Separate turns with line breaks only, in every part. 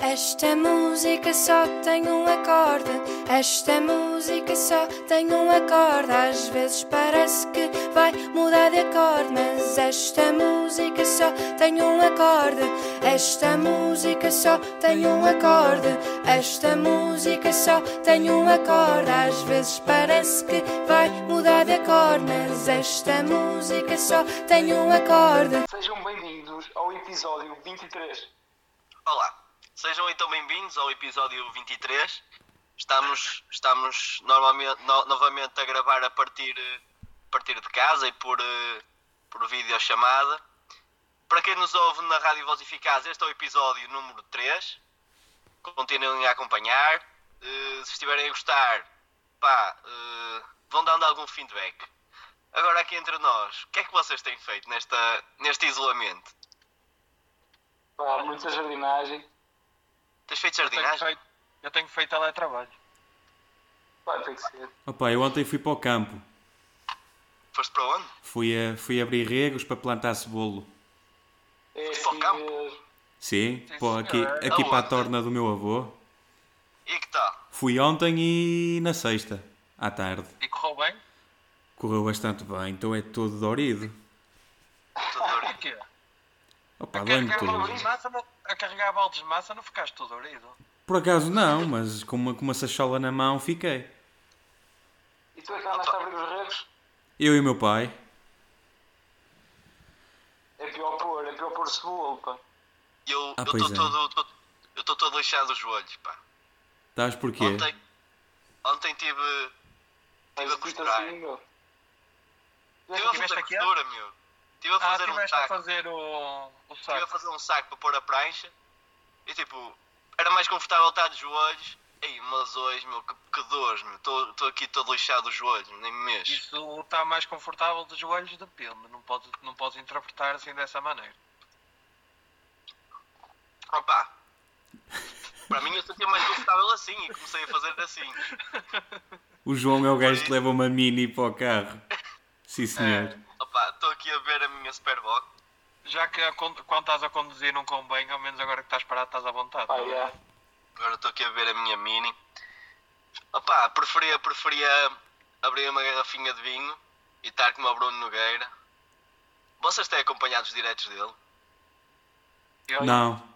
Esta música só tem um acorde. Esta música só tem um acorde. Às vezes parece que vai mudar de acorde, mas esta música só tem um acorde. Esta música só tem um acorde. Esta música só tem um acorde. Às vezes parece que vai mudar de acorde, mas esta música só tem um acorde.
Sejam bem-vindos ao episódio 23.
Olá, sejam então bem-vindos ao episódio 23. Estamos, estamos normalmente, no- novamente a gravar a partir, eh, a partir de casa e por, eh, por videochamada. Para quem nos ouve na Rádio Voz Eficaz, este é o episódio número 3. Continuem a acompanhar. Eh, se estiverem a gostar, pá, eh, vão dando algum feedback. Agora aqui entre nós, o que é que vocês têm feito nesta, neste isolamento?
Não há muita jardinagem.
Tens feito
Eu tenho,
jardinagem?
feito, eu tenho feito teletrabalho.
Vai ter que ser.
Opa, eu ontem fui para o campo.
Foste para onde?
Fui, a, fui abrir regos para plantar cebolo.
É
Para o campo?
mesmo.
Sim,
Sim,
pô, aqui,
senhor.
aqui para a
Aonde?
torna do meu avô.
E que tá, tal?
Fui ontem e na sexta, à tarde.
E correu bem?
Correu bastante bem, então é todo dourido.
Tudo bem?
Porquê?
Opa,
a,
dói-me
carregar baldes de
tudo.
massa, não, a carregar baldes de massa não ficaste todo orido.
Por acaso não, mas com uma, com uma sachola na mão fiquei.
E tu é que andaste a abrir os redes?
Eu e o meu pai.
É pior pôr, é pior pôr cebola, pá.
Eu
Ah,
estou
pois é.
todo, tô- eu estou todo lixado os joelhos, pá.
Estás porquê?
Ontem, ontem tive,
Mas
tive a
isto
costurar.
assim, meu.
Tive a
Tiveste
fazer
aqui, ó?
costura, meu. Estive a
Ah,
fazer um
estiveste a
saco.
fazer o, o
Estive a
saco.
fazer um saco para pôr a prancha. E tipo, era mais confortável estar de joelhos. Ei, mas hoje, meu, que, que dores, meu. Estou aqui todo lixado os joelhos, nem me mexo.
Isso está mais confortável dos joelhos, depende. Não podes, não podes interpretar assim dessa maneira.
Opa. Para mim eu sentia mais confortável assim e comecei a fazer assim.
O João é o gajo que leva uma mini para o carro.
É,
Sim, senhor.
Opa, estou aqui a ver a minha Superbox.
Já que a con- quando estás a conduzir não convém, ao menos agora que estás parado estás à vontade. é?
Pá, é. yeah.
Agora estou aqui a ver a minha mini. Opá, preferia, preferia abrir uma garrafinha de vinho e estar como o Bruno Nogueira. Vocês têm acompanhado os diretos dele?
Eu-
Não.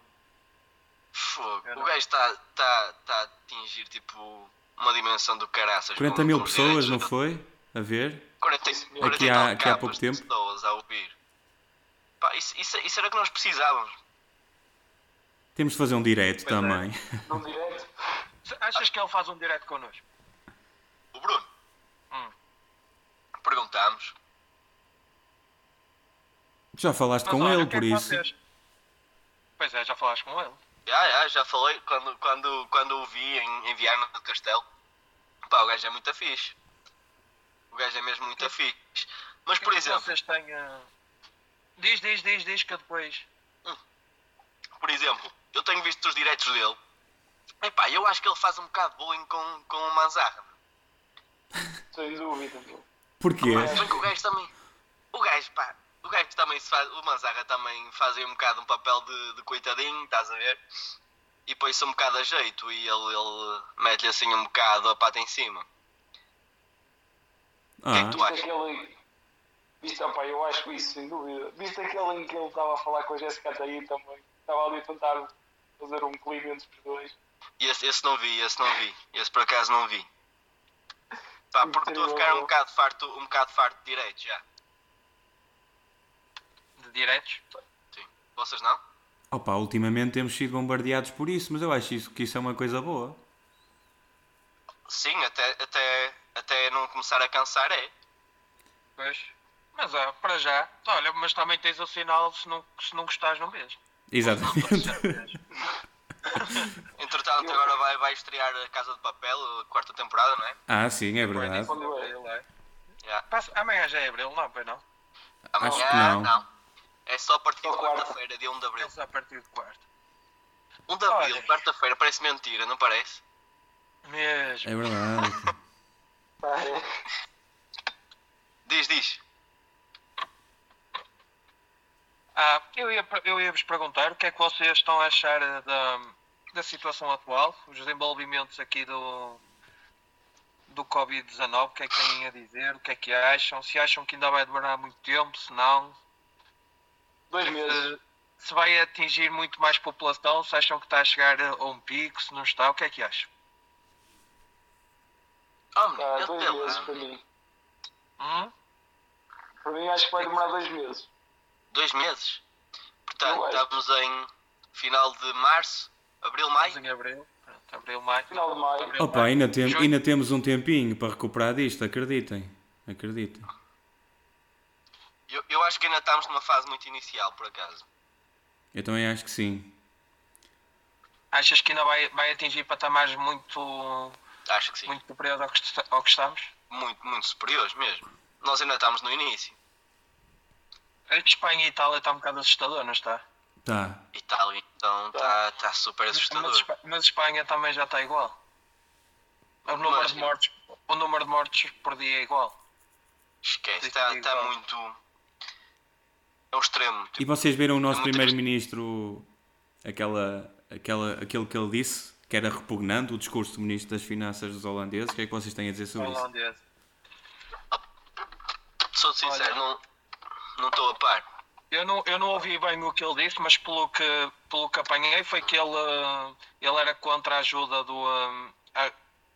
Fogo.
Eu
O
não.
gajo está tá, tá a atingir tipo uma dimensão do caraças.
40
com-
mil
com
um
os
pessoas,
diretos
não
dele.
foi? A ver?
40,
Aqui
40
há-
e tal
aqui há
capas
pouco
de
tempo.
pessoas a ouvir. Pá, isso, isso, isso era o que nós precisávamos.
Temos de fazer um direto
Pois é.
também.
Num direto.
Achas que ele faz um direto connosco?
O Bruno.
Hum.
Perguntámos.
Já falaste
Mas
com
olha,
ele,
o que é
por
que
isso.
vocês- Pois é, já falaste com ele.
Já, já, já falei quando, quando, quando o vi em, em Viana do Castelo. Pá, o gajo é muito fixe. O gajo é mesmo muito fixe. Mas,
O que
por
é que
exemplo,
Vocês têm. ah, Diz, diz, diz, diz que eu depois.
por exemplo, eu tenho visto os diretos dele. Epá, eu acho que ele faz um bocado de bullying com, com o Manzarra.
Sem dúvida, meu.
Porquê?
Se bem que é? o gajo também. O gajo, pá. O gajo também se faz. O Manzarra também faz aí um bocado um papel de, de coitadinho, estás a ver? E põe-se um bocado a jeito e ele, ele mete-lhe assim um bocado a pata em cima. que é que
Ah,
tu
Viste
acho.
aquele. Viste, ah, pá, eu acho isso, sem dúvida. Viste aquele em que ele estava a falar com a Jéssica Ataí também. Estava ali a tentar fazer um clima entre os dois.
Esse, esse não vi, esse não vi. Esse por acaso não vi. Pá, porque estou a ficar um bocado farto, um bocado farto de direito já.
De diretos?
Sim. Vocês não?
opa, ultimamente temos sido bombardeados por isso, mas eu acho isso, que isso é uma coisa boa.
Sim, até, até, até não começar a cansar é.
Pois. Mas ah, para já. Olha, mas também tens o sinal se não, se não gostares, não vês.
Exatamente.
Entretanto, agora vai, vai estrear a Casa de Papel, a quarta temporada, não é?
Ah, sim, é verdade.
Quando é?
Já.
Passa- Amanhã já é abril, não, pois não?
Amanhã
que não.
É só a partir
Só
de
quarta.
quarta-feira, dia 1 de
É
abril.
só a partir de quarto.
1 de abril,
Olha.
quarta-feira, parece mentira, não parece?
Mesmo.
É verdade.
Pá, é.
Diz, diz.
Ah, eu ia, per- eu ia vos perguntar o que é que vocês estão a achar ah, da, da situação atual, os desenvolvimentos aqui do, do Covid-19, o que é que têm a dizer, o que é que acham, se acham que ainda vai demorar muito tempo, se não,
Dois meses.
se, se vai atingir muito mais população, se acham que está a chegar a um pico, se não está, o que é que acham?
Oh, meu,
Pá,
eu
Ah, dois
sei lá.
meses para mim.
Hum?
Para mim acho que vai demorar dois meses.
Dois meses.
Eu
Portanto,
acho.
estamos em final de março, abril,
Estamos
maio.
em abril, pronto, abril, maio.
Final de maio.
Abril,
Opa,
maio.
ainda, tem,
Junho.
ainda temos um tempinho para recuperar disto, acreditem. Acreditem.
Eu, eu acho que ainda estamos numa fase muito inicial, por acaso.
Eu também acho que sim.
Achas que ainda vai, vai atingir patamares muito,
Acho que sim. Muito,
muito superiores ao que, est- ao que estamos?
muito, superiores mesmo. Nós ainda estamos no início.
A Espanha e Itália está um bocado assustador, não
É
está?
Tá.
Itália, então, está tá super assustador.
Mas, Espa- mas Espanha também já está igual. O número,
Mas-
de mortes, o número de mortes por dia é igual.
Esquece,
Sim,
está
sim,
tá
igual.
muito. É um extremo.
E
Tipo,
vocês viram o nosso
muito
primeiro-ministro, aquela, aquela, aquilo que ele disse, que era repugnante, o discurso do ministro das Finanças dos holandeses? O que é que vocês têm a dizer sobre isso?
Holandês.
sou sincero, não não estou a par.
Eu não, eu não ouvi bem o que ele disse, mas pelo que, pelo que apanhei foi que ele, eh, ele era contra a ajuda, do, eh,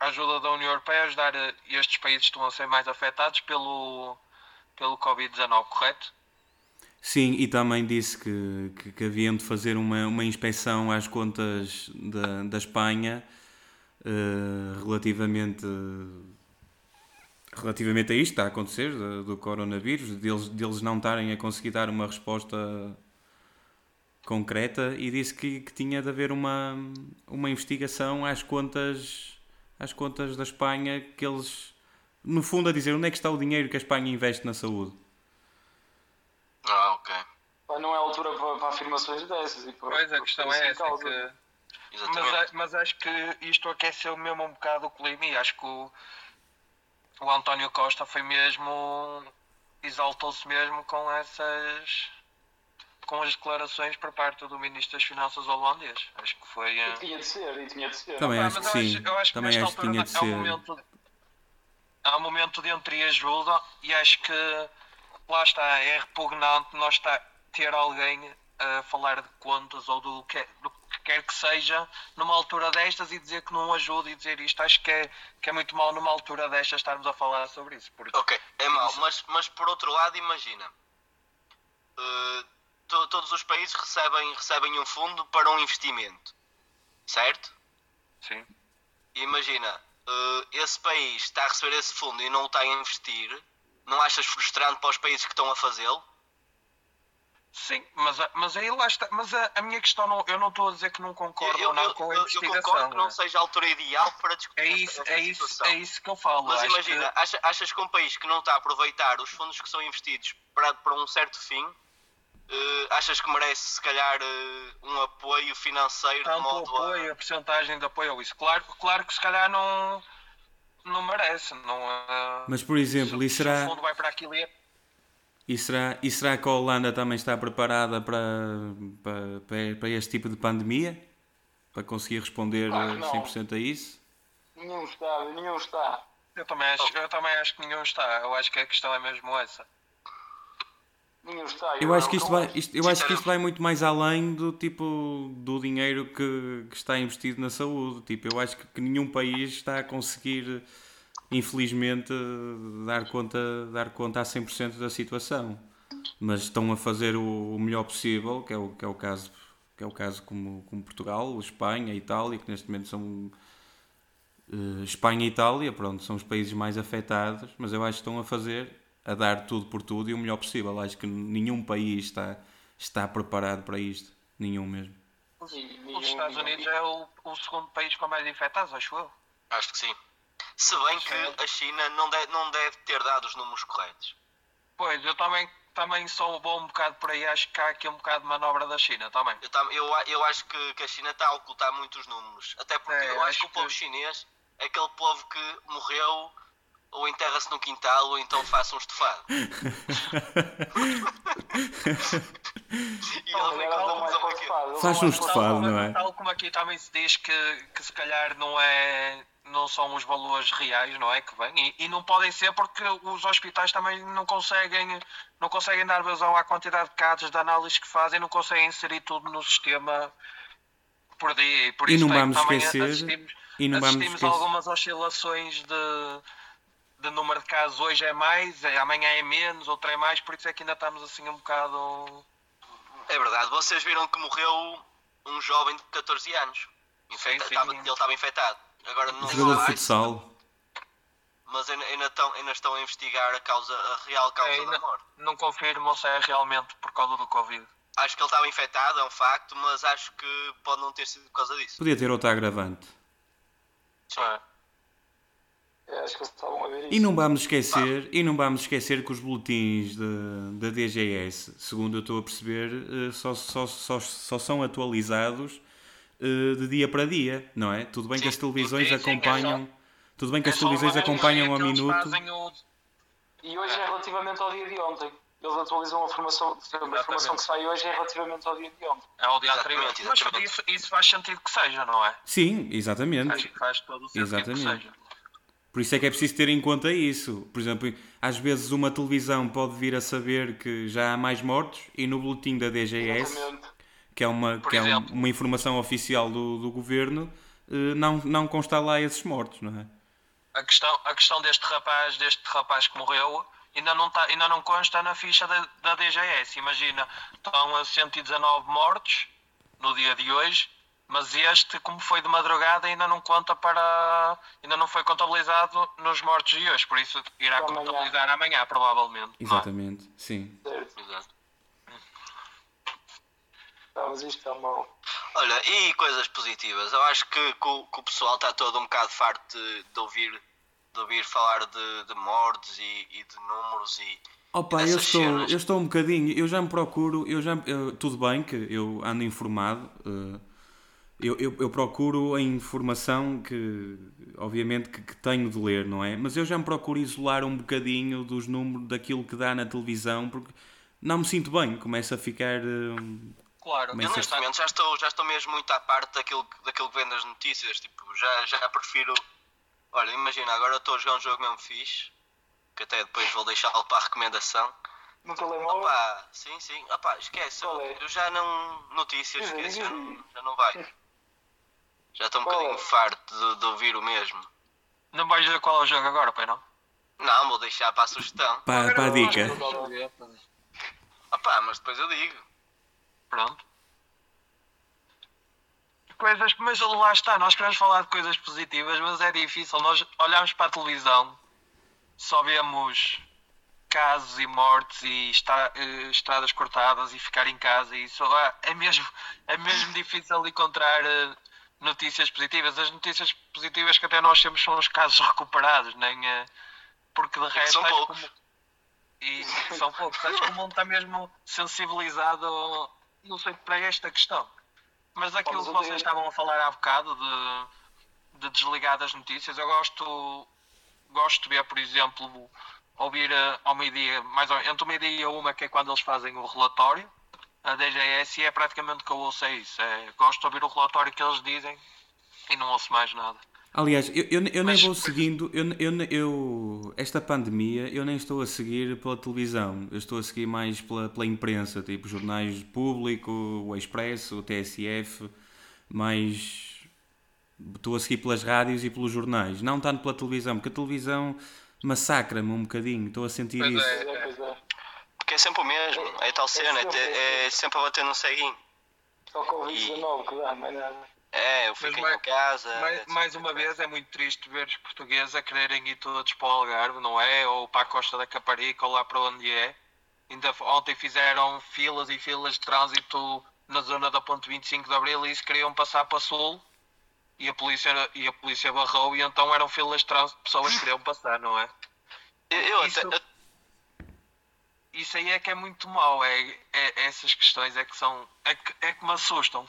a, a ajuda da União Europeia a ajudar eh, estes países que estão a ser mais afetados pelo, pelo Covid-19, correto?
Sim, e também disse que, que, que haviam de fazer uma, uma inspeção às contas da, da Espanha eh, relativamente, relativamente a isto que está a acontecer, do, do coronavírus, deles, deles não estarem a conseguir dar uma resposta concreta e disse que, que tinha de haver uma, uma investigação às contas, às contas da Espanha que eles, no fundo, a dizer onde é que está o dinheiro que a Espanha investe na saúde.
Ah, ok.
Pá, não é a altura para, para afirmações dessas. E para,
Pois, a
para
questão
isso em
é essa,
causa.
que... Mas,
Exatamente.
a- mas acho que isto aqueceu mesmo um bocado o clima e acho que o, o António Costa foi mesmo. um, exaltou-se mesmo com essas. com as declarações por parte do Ministro das Finanças holandês. Acho que foi. eh,
E tinha de ser, e tinha de ser.
Também
Pá,
acho que
mas eu
sim.
acho- eu acho que
Também
nesta
acho que tinha de
altura Há
ser.
um momento, há um momento de entreajuda e acho que lá está, é repugnante nós tá- ter alguém a falar de contas ou do que, do que quer que seja numa altura destas e dizer que não ajuda e dizer isto. Acho que é, que é muito mal numa altura destas estarmos a falar sobre isso. Porque
Ok, é mau, mas, mas por outro lado, imagina. eh, to- todos os países recebem, recebem um fundo para um investimento, certo?
sim,
Imagina, eh, esse país está a receber esse fundo e não o está a investir, não achas frustrante para os países que estão a fazê-lo?
sim mas, a- mas aí lá está. Mas a, a minha questão, não, eu não estou a dizer que não concordo ou não com a
eu- eu
investigação.
concordo que não
é?
seja a altura ideal para discutir
é
esta-
isso,
esta
é, isso,
situação.
é isso que eu falo.
Mas
acho que-
imagina, acha- achas que um país que não está a aproveitar os fundos que são investidos para, para um certo fim, eh, achas que merece, se calhar, eh, um apoio financeiro de
tanto
modo
apoio, a porcentagem de apoio a isso. Claro, claro que se calhar não, não merece. Não, eh,
Mas, por exemplo,
se-
e
se o
será,
fundo vai para aquilo e é-
e, será, e será que a Holanda também está preparada para, para, para- para este tipo de pandemia? Para conseguir responder
Claro
eh,
que não.
100% a isso?
Nenhum está, nenhum está.
eu, também acho, eu também acho que nenhum está. Eu acho que a questão é mesmo essa.
Nenhum está.
Eu acho que isto
não
vai, isto- eu acho que isto vai muito mais além do tipo do dinheiro que, que está investido na saúde. Tipo, eu acho que, que nenhum país está a conseguir, infelizmente, dar conta, dar conta a 100% da situação. Mas estão a fazer o, o melhor possível, que é o, que é o caso, que é o caso como, como Portugal, Espanha, Itália, que neste momento são eh, Espanha e Itália, pronto, são os países mais afetados, mas eu acho que estão a fazer, a dar tudo por tudo e o melhor possível. Acho que nenhum país está, está preparado para isto. Nenhum mesmo.
Os,
E- e
os
eu-
Estados Unidos é o, o segundo país com mais infectados, acho eu.
Acho que sim. Se bem
é.
que a China não deve, não deve ter dado os números corretos.
Pois, eu também, também sou um bom bocado por aí. Acho que há aqui um bocado de manobra da China também.
Eu, tam- eu, a- eu acho que, que a China está a ocultar muitos números. Até porque
É,
eu acho
acho
que o povo
que-
chinês é aquele povo que morreu ou enterra-se no quintal ou então faça um estofado. e eles nem
Agora estão
contam
mais
como aquilo.
preocupados. Eles
Faz um
estão mais
estofado, não é?
Tal como aqui também se diz que, que se calhar não é não são os valores reais, não é que vêm e, e não podem ser porque os hospitais também não conseguem não conseguem dar vazão à quantidade de casos de análises que fazem, não conseguem inserir tudo no sistema por dia e por
E
isso
não
é que
vamos
também
esquecer-
assistimos,
e não vamos
assistimos a
esquecer-
algumas oscilações de de número de casos hoje é mais, é- amanhã é menos, outra é mais, por isso é que ainda estamos assim um bocado
É verdade, vocês viram que morreu um jovem de 14 anos. Infecta-
sim.
tava- ele estava infectado. Agora não sei
Jogador de
mais,
futsal.
mas ainda, ainda estão, ainda estão a investigar a, causa, a real causa
É,
da
ainda-
morte.
não confirmam se é realmente por causa do Covid.
Acho que ele estava infectado, é um facto, mas acho que pode não ter sido por causa disso.
Podia ter outro agravante.
É.
Eu É, Acho que eles estavam a ver isso.
E não vamos esquecer, e não vamos esquecer que os boletins de- da DGS, segundo eu estou a perceber, eh, só, só, só, só são atualizados eh, de dia para dia, não é? Tudo bem que
Sim,
as televisões
sim, sim,
acompanham,
é
tudo bem que
É
as
só uma
televisões
vez
acompanham a
que eles
minuto.
fazem o-
E hoje é relativamente ao dia de ontem. Eles atualizam a formação, a formação
Exatamente.
que sai hoje é relativamente ao dia de ontem.
É o dia
Exatamente,
anterior. Mas
exatamente.
isso, isso faz sentido que seja, não é?
Sim,
Acho
exatamente.
que faz todo o sentido que
Exatamente.
seja.
Por isso é que é preciso ter em conta isso. Por exemplo, às vezes uma televisão pode vir a saber que já há mais mortos e no boletim da DGS
Exatamente.
que é uma,
Por
que é um-
exemplo.
uma informação oficial do, do governo, eh, não, não consta lá esses mortos,
Ah.
não é?
A questão, a questão deste rapaz, deste rapaz que morreu, ainda não, tá, ainda não consta na ficha da, da DGS. Imagina, estão a 119 mortos no dia de hoje, mas este, como foi de madrugada, ainda não conta para. ainda não foi contabilizado nos mortos de hoje, por isso irá
Para amanhã.
contabilizar amanhã, provavelmente. não é?
Exatamente, sim.
Certo.
Exato.
Ah, mas isto é mau.
Olha, e coisas positivas? Eu acho que, que o, que o pessoal está todo um bocado farto de, de ouvir, de ouvir falar de, de mortes e, e de números e.
Opa, eu
Essas
estou,
cenas.
eu estou um bocadinho, eu já me procuro, eu já, eu- tudo bem que eu ando informado, eh, eu, eu, eu procuro a informação que, obviamente, que, que tenho de ler, não é? Mas eu já me procuro isolar um bocadinho dos números, daquilo que dá na televisão, porque não me sinto bem, começo a ficar... eh,
Claro,
Mas
Eu
Sim.
neste momento já estou, já estou mesmo muito à parte daquilo, que- daquilo que vem das notícias. Tipo, já, já prefiro. Olha, imagina, agora eu estou a jogar um jogo mesmo fixe, que até depois vou deixá-lo para a recomendação.
No telemóvel,
Opa, sim, sim, opa, esquece,
Qual
eu,
é?
eu já não. Notícias,
Diz aí,
esquece,
diz
já
aí.
não, já não vai. Já estou um
Qual é?
bocadinho farto de, de ouvir o mesmo.
Não vais ver qual é o jogo agora, pai, não?
Não, vou deixar para a sugestão.
Para, para a dica.
Opa, mas depois eu digo.
Pronto. Coisas, mas lá está, nós queremos falar de coisas positivas, mas é difícil. Nós olhamos para a televisão, só vemos casos e mortes e estra- eh, estradas cortadas e ficar em casa e isso ah, é mesmo é mesmo difícil encontrar eh, notícias positivas as notícias positivas que até nós temos são os casos recuperados nem eh, porque de resto
É são
acho que o
poucos.
mu- e e são poucos acho que o mundo está mesmo sensibilizado não sei para esta questão mas aquilo
Vamos
que
ouvir.
vocês estavam a falar há bocado de, de desligar das notícias eu gosto gosto de ver, por exemplo, ouvir eh, ao meio-dia, mais ou, entre o meio-dia e a uma, que é quando eles fazem o relatório, a DGS, e é praticamente que eu ouço é isso. É, gosto de ouvir o relatório que eles dizem e não ouço mais nada.
Aliás, eu, eu, eu nem
Mas-
vou seguindo, eu, eu, eu- esta pandemia eu nem estou a seguir pela televisão, eu estou a seguir mais pela, pela imprensa, tipo jornais de público, o Expresso, o TSF, mais estou a seguir pelas rádios e pelos jornais, não tanto pela televisão, porque a televisão massacra-me um bocadinho, estou a sentir isso.
pois é, pois é.
Porque é sempre o mesmo, é tal cena, é,
sempre
te- é sempre a bater no ceguinho.
Só Covid-19 que dá, mais nada.
É, eu fico
mais-
em casa.
Mais,
etc.
mais uma vez, é muito triste ver os portugueses a quererem ir todos para o Algarve, não é? Ou para a Costa da Caparica, ou lá para onde é. Ainda f- ontem fizeram filas e filas de trânsito na zona da Ponte 25 de Abril e se queriam passar para Sul e a polícia, e a polícia barrou e então eram filas de trânsito de pessoas que queriam passar, não é?
Eu, eu
Isso-
até, eu-
Isso aí é que é muito mau, é, é- essas questões é que são. é que, é que me assustam.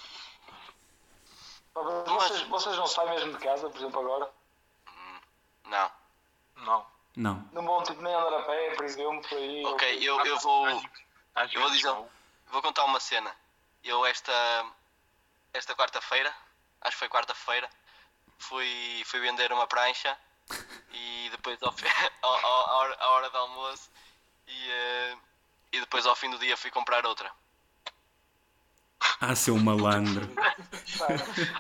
Pá, mas Vocês, vocês não saem mesmo de casa, por exemplo, agora?
Não.
Não.
Não.
Não vão tipo nem andar a pé, por exemplo, por aí. ou-
Ok, eu,
Ah,
eu vou.
Às
Eu vou
vezes
dizer.
não.
Vou contar uma cena. Eu esta. Esta quarta-feira acho que foi quarta-feira, fui, fui vender uma prancha e depois ao, fi- ao, ao- à hora, à hora do almoço e, eh, e depois ao fim do dia fui comprar outra.
Ah, seu malandro.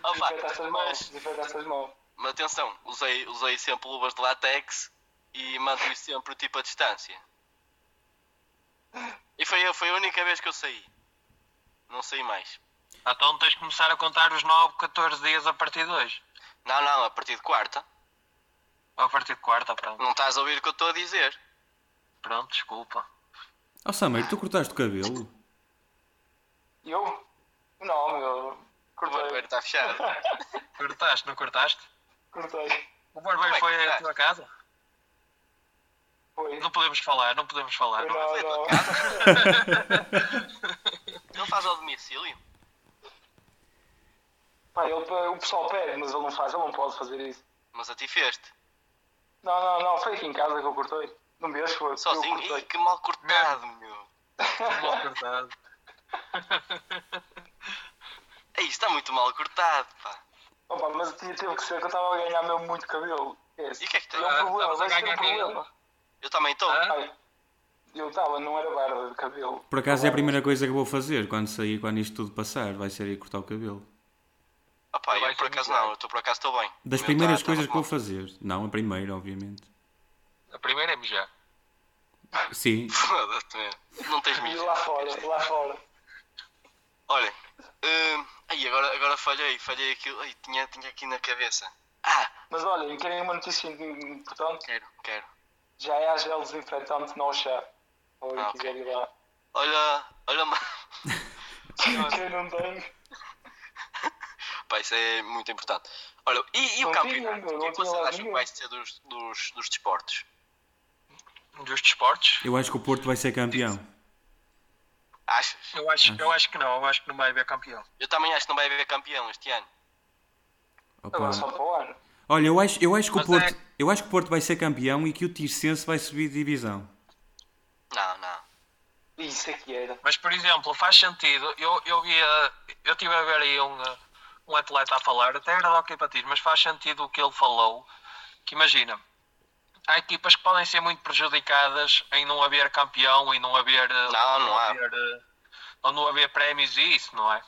Opa,
Desinfeta as mãos,
mas,
desinfeta essas mãos.
mas atenção, usei, usei sempre luvas de látex e mantive sempre tipo a distância. E foi, foi a única vez que eu saí. Não saí mais.
Então tens de começar a contar os 9, 14 dias a partir de hoje.
Não, não, a partir de quarta.
Ou a partir de quarta, pronto.
Não estás a ouvir o que eu estou a dizer.
Pronto, desculpa.
Oh, Samir, tu cortaste o cabelo?
E eu? Não, meu.
O barbeiro
Cortei.
está fechado.
Cortaste, não cortaste?
Cortei.
O
Como
barbeiro
é que
foi à
cortaste?
tua casa?
Foi.
Não podemos falar, não podemos falar.
Foi
não.
não, não.
Não faz ao domicílio?
Pá, ele- o pessoal pede, mas ele não faz, ele não pode fazer isso.
Mas a ti fez-te.
Não, não, não, foi aqui em casa que eu cortei. Não me deixes, foi.
Sozinho?
Eu
Ih,
cortei.
que mal cortado, meu.
Mal cortado.
Ei, está muito mal cortado, pá.
Opa, mas tinha teve que ser que eu estava a ganhar mesmo muito cabelo. Esse.
E o que é que tem?
é um problema,
estavas a
vai ser um
ganhar
problema.
Eu também estou.
Ah?
Ai, eu estava, não era barba de cabelo.
Por acaso é a primeira coisa que vou fazer quando sair, quando isto tudo passar, vai ser ir cortar o cabelo.
Ah, pá,
Vai
eu por
ser
acaso
muito
não,
bem.
eu estou por acaso estou bem. O meu
Das
tá-
primeiras
tá
coisas que vou
mal.
fazer. Não, a primeira, obviamente.
A primeira é mijar.
Sim,
Foda-te, meu. Não tens
E
milho.
lá fora, lá fora.
Olha, hum, aí agora, agora falhei, falhei aquilo. Ai, tinha, tinha aqui na cabeça. Ah,
Mas olhem, querem uma notícia importante?
quero, quero.
Já é a gel desinfetante no chá. Ou quem
Ah,
quiser ir lá.
Olha, olha, ma-
Quem não tem,
pá, isso é muito importante. Olha, e, e o
Não tinha,
campeonato?
meu,
O que é
não
que
tinha
vocês
lá
acham que
nenhum.
vai ser dos, dos, dos desportos?
Dos desportos?
eu acho que o Porto vai ser campeão.
Achas?
Eu acho, eu acho que não, eu acho que não vai haver campeão.
Eu também acho que não vai haver campeão este ano.
agora só
Opa.
para o ano.
Olha, eu acho, eu, acho que o
Mas
Porto,
é-
eu acho que o Porto vai ser campeão e que o Tirsense vai subir de divisão.
Não, não.
Isso é que era.
Mas, por exemplo, faz sentido. Eu, eu vi a- eu tive a ver aí um, eh, um atleta a falar, até era do hockey patins, mas faz sentido o que ele falou. Que imagina, há equipas que podem ser muito prejudicadas em não haver campeão, em não haver. eh,
Não, não há.
haver, eh, ou não haver prémios e isso, não é?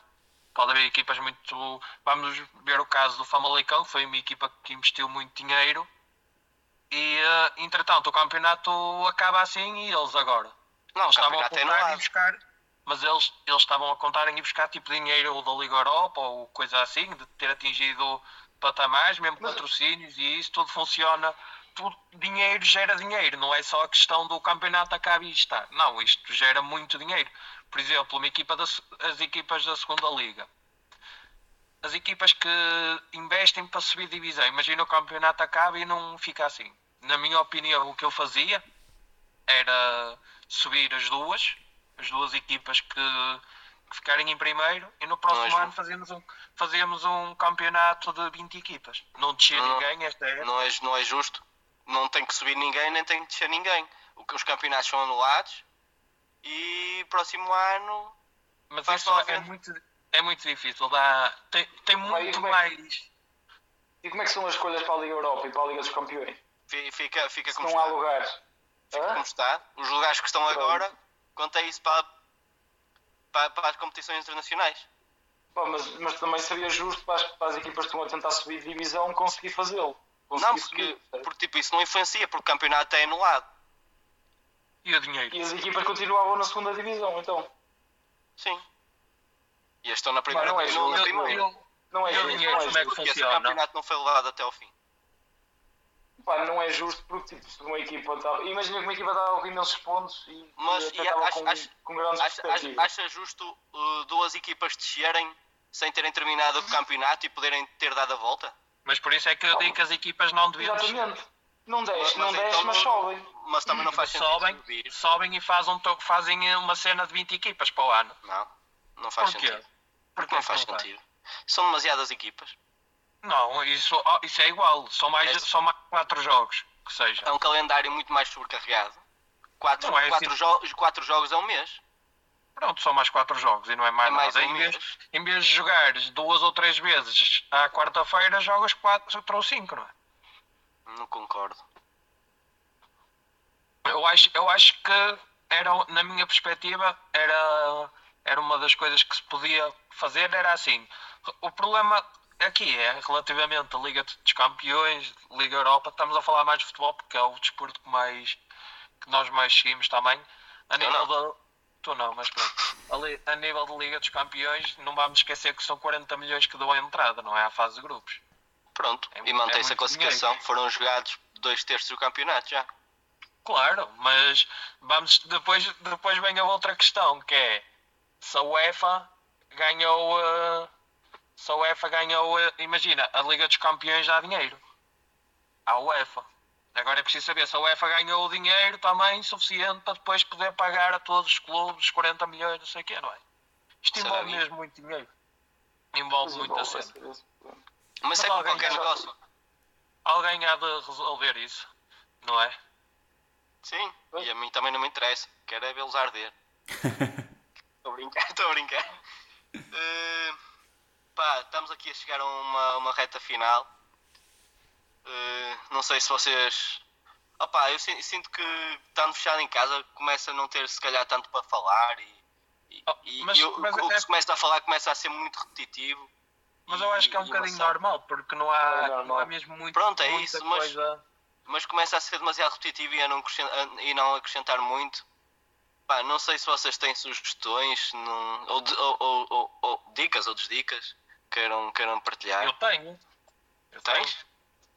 Pode haver equipas muito. Vamos ver o caso do Famalicão, que foi uma equipa que investiu muito dinheiro. E, eh, entretanto, o campeonato acaba assim e eles agora.
Não,
Eles
o
estavam a
campeonato é
contar em ir
anulado.
buscar, mas eles, eles estavam a contar em ir buscar tipo dinheiro da Liga Europa ou coisa assim, de ter atingido patamares, mesmo patrocínios e isso tudo funciona. Tudo, dinheiro gera dinheiro, não é só a questão do campeonato acabar e estar. Não, isto gera muito dinheiro. Por exemplo, uma equipa da se- as equipas da segunda liga. As equipas que investem para subir divisão, imagina o campeonato acaba e não fica assim. Na minha opinião, o que eu fazia era subir as duas, as duas equipas que, que ficarem em primeiro e no próximo
Não é
ano fazíamos um, fazíamos um campeonato de 20 equipas. Não descer
Não.
ninguém esta
né?
era.
Não é, não é justo. Não tem que subir ninguém, nem tem que descer ninguém. O que- Os campeonatos são anulados e próximo ano.
Mas
Faz
isso
toda a
é
gente.
muito, é muito difícil. Dá, tem, tem
Vai,
muito
vai.
mais.
E como é que são as escolhas para a Liga Europa e para a Liga dos Campeões?
fi- Fica, fica
Se
como,
não há
está,
lugares.
como
Hã?
está. Os lugares que estão agora, conta isso para, para, para as competições internacionais.
Pá, mas, mas também seria justo para as, para as equipas que estão a tentar subir de divisão conseguir fazê-lo.
Não,
Conseguir
porque,
subir, percebes?
porque tipo, isso não influencia, porque o campeonato é anulado.
E o dinheiro?
E as equipas continuavam na segunda divisão, então.
Sim. E eles estão na primeira.
Mas não é justo,
continuam na
E o-
primeira.
e o-
Não é
E o
justo.
dinheiro,
não é
como é que
justo.
Porque esse
funciona?
campeonato não foi levado até ao fim.
Pá, não é justo porque tipo, se uma equipa estava. Imagina que uma equipa estava com imensos pontos e,
Mas,
e até
e
estava
acho-
com,
acho-
com grandes
Acha, acha-
perspectivas.
acha justo uh, duas equipas descerem sem terem terminado o campeonato e poderem ter dado a volta?
Mas por isso é que eu digo que as equipas não deviam descer.
Exatamente. Não desce, não
então
desce, mas
não-
sobem.
Mas também não faz sentido
Sobem,
subir.
sobem e fazem, um to- fazem uma cena de 20 equipas para o ano.
Não, não faz
Porquê?
sentido.
Porque
Não faz sentido. São demasiadas equipas.
Não, isso, oh, isso é igual. São mais,
É-
são mais 4 jogos, que seja.
É um calendário muito mais sobrecarregado. Quatro,
Não é
quatro,
assim.
jo- quatro jogos é um mês.
Pronto, são mais quatro jogos e não é mais,
É mais
nada.
um
Em
mês.
vez, em vez de jogares duas ou três vezes à quarta-feira, jogas quatro ou cinco, não é?
Não concordo.
Eu acho, eu acho que era, na minha perspectiva, era, era uma das coisas que se podia fazer, era assim. O problema aqui é relativamente a Liga dos Campeões, Liga Europa, estamos a falar mais de futebol porque é o desporto que mais que nós mais seguimos também. A nível da. Tu não, mas pronto. Ali- A nível de Liga dos Campeões, não vamos esquecer que são 40 milhões que dão a entrada, não é? À fase de grupos.
Pronto,
É mu-
e mantém-se
é
a
muito
classificação. Foram jogados dois terços do campeonato já.
Claro, mas vamos depois, depois vem a outra questão, que é se a UEFA ganhou eh, se a UEFA ganhou, eh, imagina, a Liga dos Campeões dá dinheiro à UEFA. Agora é preciso saber se a UEFA ganhou o dinheiro também suficiente para depois poder pagar a todos os clubes 40 milhões, não sei o quê, não é? Isto
Será
envolve
isso?
mesmo muito dinheiro. Envolve muito a cena.
Mas,
Mas
é como
alguém
qualquer
já-
negócio.
Alguém há de resolver isso, não é?
Sim, e a mim também não me interessa. Quero é vê-los arder. Estou a brincar, estou a brincar. Eh, pá, estamos aqui a chegar a uma, uma reta final. Eh, não sei se vocês. Opá, eu sin- sinto que estando fechado em casa começa a não ter se calhar tanto para falar e, e,
Oh,
e-
mas-
e o,
mas
o que
é-
se começa a falar começa a ser muito repetitivo.
Mas eu acho que é um
E- e
bocadinho
maçante.
normal, porque não há,
É normal.
não há mesmo muito,
Pronto, é
muita
isso, mas-
coisa.
mas começa a ser demasiado repetitivo e a não, acrescen- a- e não acrescentar muito. Pá, não sei se vocês têm sugestões não- ou, de- ou- ou- ou- ou dicas ou desdicas queiram, queiram partilhar.
Eu tenho. Eu tenho.
Tens?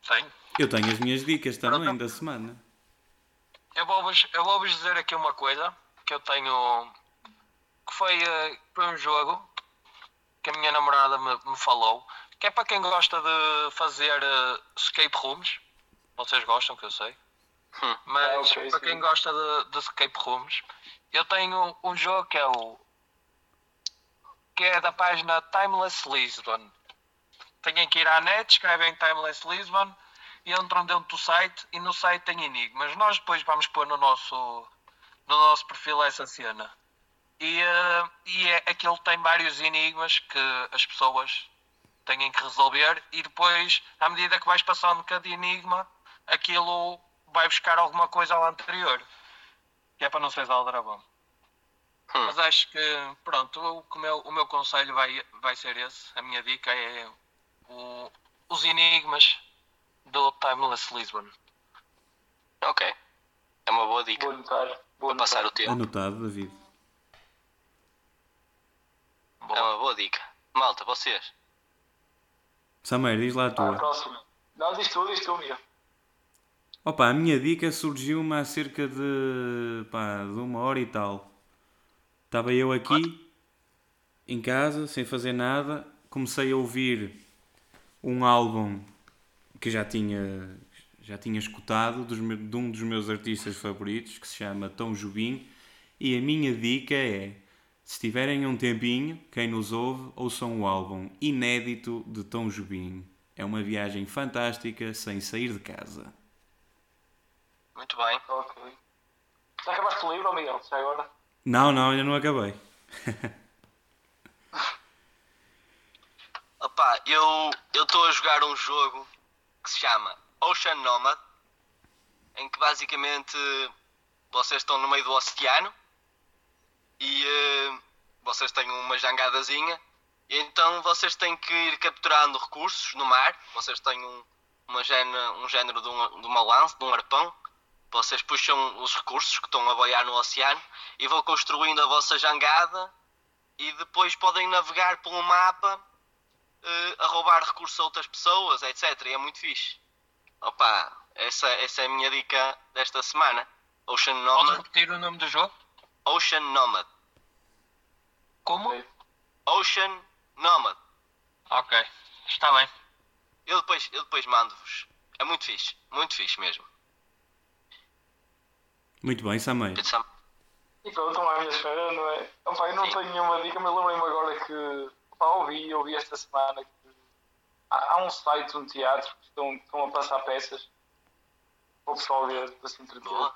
Tenho.
Eu tenho as minhas dicas também
Pronto.
da semana.
Eu vou-vos eu vou-vos dizer aqui uma coisa que eu tenho. que foi, eh, foi um jogo que a minha namorada me, me falou, que é para quem gosta de fazer eh, escape rooms. Vocês gostam, que eu sei.
Hum.
Mas
Ah, ok,
para
sim.
quem gosta de, de escape rooms, eu tenho um jogo que é o. que é da página Timeless Lisbon. Têm que ir à net, escrevem Timeless Lisbon e entram dentro do site e no site tem enigmas. Nós depois vamos pôr no nosso, no nosso perfil essa cena. E, eh, e é, aquilo tem vários enigmas que as pessoas têm que resolver e depois, à medida que vais passando cada enigma, aquilo vai buscar alguma coisa ao anterior. Que é para não seres aldrabão.
Hum.
Mas acho que, pronto, o, que o meu, o meu conselho vai, vai ser esse. A minha dica é o- os enigmas do Timeless Lisbon.
Ok. É uma boa dica
Vou notar. Vou
para passar o tempo.
Anotado, David.
É uma boa dica. Malta, vocês.
Samer, diz lá a
Ah,
tua.
próximo. Não, diz tu, diz tu, Miguel.
Opa, a minha dica surgiu-me há cerca de, pá, de uma hora e tal. Estava eu aqui, em casa, sem fazer nada. Comecei a ouvir um álbum que já tinha, já tinha escutado, dos me- de um dos meus artistas favoritos, que se chama Tom Jobim. E a minha dica é, se tiverem um tempinho, quem nos ouve, ouçam o álbum inédito de Tom Jobim. É uma viagem fantástica sem sair de casa.
Muito bem.
Ok. Já acabaste o livro, Miguel? Já agora?
Não, não, ainda não acabei.
Opá, eu estou a jogar um jogo que se chama Ocean Nomad, em que basicamente vocês estão no meio do oceano e eh, vocês têm uma jangadazinha e então vocês têm que ir capturando recursos no mar, vocês têm um, uma género, um género de, um, de uma lança, de um arpão, vocês puxam os recursos que estão a boiar no oceano e vão construindo a vossa jangada e depois podem navegar pelo mapa eh, a roubar recursos a outras pessoas, etc. E é muito fixe. Opa, essa, essa é a minha dica desta semana. Ocean
Podes
Nomad.
repetir o nome do jogo?
Ocean Nomad.
Como?
Ok.
Ocean Nomad.
Ok, está bem.
Eu depois, eu depois mando-vos. É muito fixe. Muito fixe mesmo.
Muito bem, é Sameiro.
Pensam-
E pronto, estão à minha espera, não é? Opa, eu não
Sim.
tenho nenhuma dica, mas lembrei-me agora que opa, ouvi, ouvi esta semana que há, há um site, um teatro, que estão, que estão a passar peças para o pessoal ver, para se entreter.
Boa.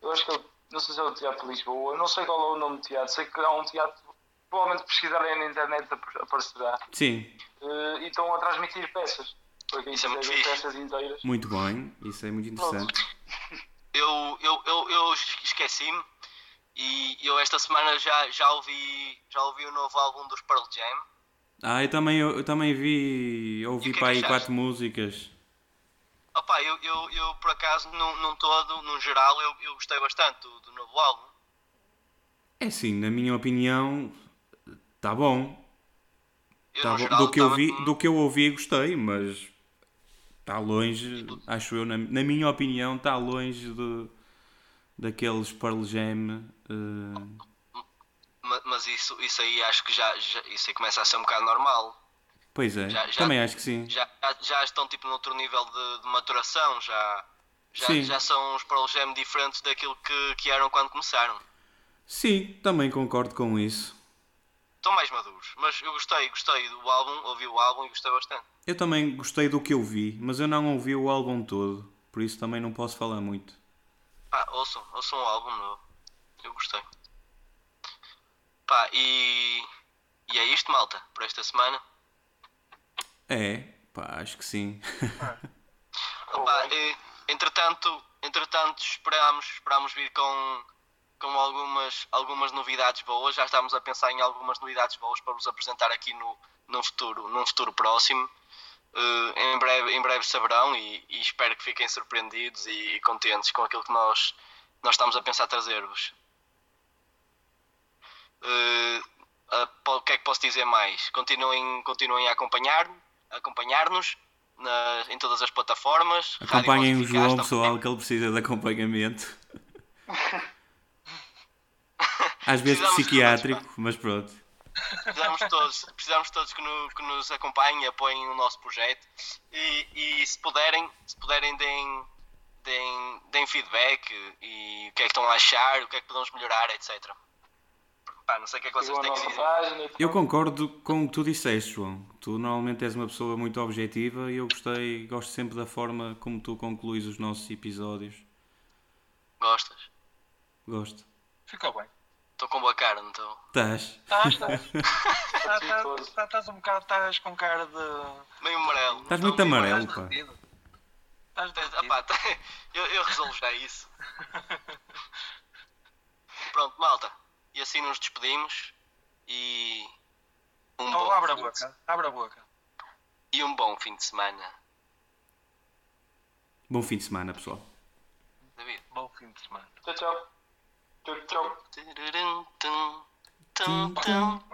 Eu acho que eu não sei se é o Teatro de Lisboa, não sei qual é o nome do teatro, sei que há um teatro, provavelmente pesquisarem na internet ap- aparecerá,
Sim,
eh, e estão a transmitir peças. Para quem
Isso é muito
quiser ver
fixe.
peças inteiras.
muito bem, isso é muito interessante.
Eu, eu, eu, eu esqueci-me e eu esta semana já, já, ouvi, já ouvi o novo álbum dos Pearl Jam.
Ah, eu também, eu, também vi,
E
ouvi
o que é
para
que
aí
achaste?
quatro músicas.
Opa, eu, eu, eu por acaso, num, num todo, num geral, eu, eu gostei bastante do, do novo álbum.
É sim, na minha opinião, está bom.
Eu,
Tá
no
bom.
geral,
do, que eu
tava
vi,
com-
do que eu ouvi gostei, mas está longe, acho eu, na, na minha opinião, está longe de, daqueles Pearl Jam. eh,
Ma- Mas isso, isso aí acho que já, já isso aí começa a ser um bocado normal.
pois é,
Já- já-
também acho que sim.
Já, já- já estão tipo noutro nível de, de maturação, já, já,
Sim.
já são os Pearl Jam diferentes daquilo que, que eram quando começaram.
Sim, também concordo com isso.
Estão mais maduros, mas eu gostei, gostei do álbum, ouvi o álbum e gostei bastante.
Eu também gostei do que eu vi, mas eu não ouvi o álbum todo, por isso também não posso falar muito.
Pá, ouçam, ouçam o álbum novo. Eu gostei. Pá, e, e é isto, malta, por esta semana.
É, pá, acho que sim.
Pá, e, eh, entretanto, entretanto esperamos, esperamos vir com, com algumas, algumas novidades boas. Já estamos a pensar em algumas novidades boas para vos apresentar aqui no, num, futuro, num futuro próximo. Eh, em, breve, em breve saberão e, e espero que fiquem surpreendidos e, e contentes com aquilo que nós, nós estamos a pensar trazer-vos. Eh, ah, po- o que é que posso dizer mais? Continuem, continuem a acompanhar- a acompanhar-nos nas- em todas as plataformas. Rádio
Acompanhem o
Voz
João,
Eficaz,
pessoal, que ele precisa de acompanhamento. Às vezes
Precisamos de um
psiquiátrico, mas pronto.
Precisamos todos, precisamos todos que, no- que nos acompanhem e apoiem o nosso projeto. E, e se puderem, se puderem deem, deem, deem feedback e o que é que estão a achar, o que é que podemos melhorar, etc. Pá, não sei o que é que vocês
Sigam a
têm que
nossa
dizer.
página.
Eu concordo com o que tu disseste, João. Tu normalmente és uma pessoa muito objetiva e eu gostei, gosto sempre da forma como tu concluís os nossos episódios.
Gostas?
Gosto.
Ficou bem.
Estou com boa cara, não estou?
Estás.
Tá, estás. Tá, tá,
todos.
tá- Estás um bocado, estás com cara de.
Meio um amarelo. Então,
Estás
Não
muito
estou meio
amarelo.
Estás
pá.
derretido. Estás
Ah
derretido.
pá, tá- eu, eu resolvo já isso. Pronto, malta. E assim nos despedimos. E um,
Então
bom
abre a
fim de,
boca, abre a boca.
e um bom fim de semana.
Bom fim de semana, pessoal.
David.
Bom fim de semana.
Tchau, tchau. Tchau, tchau.
Tururum, tum, tum, tum.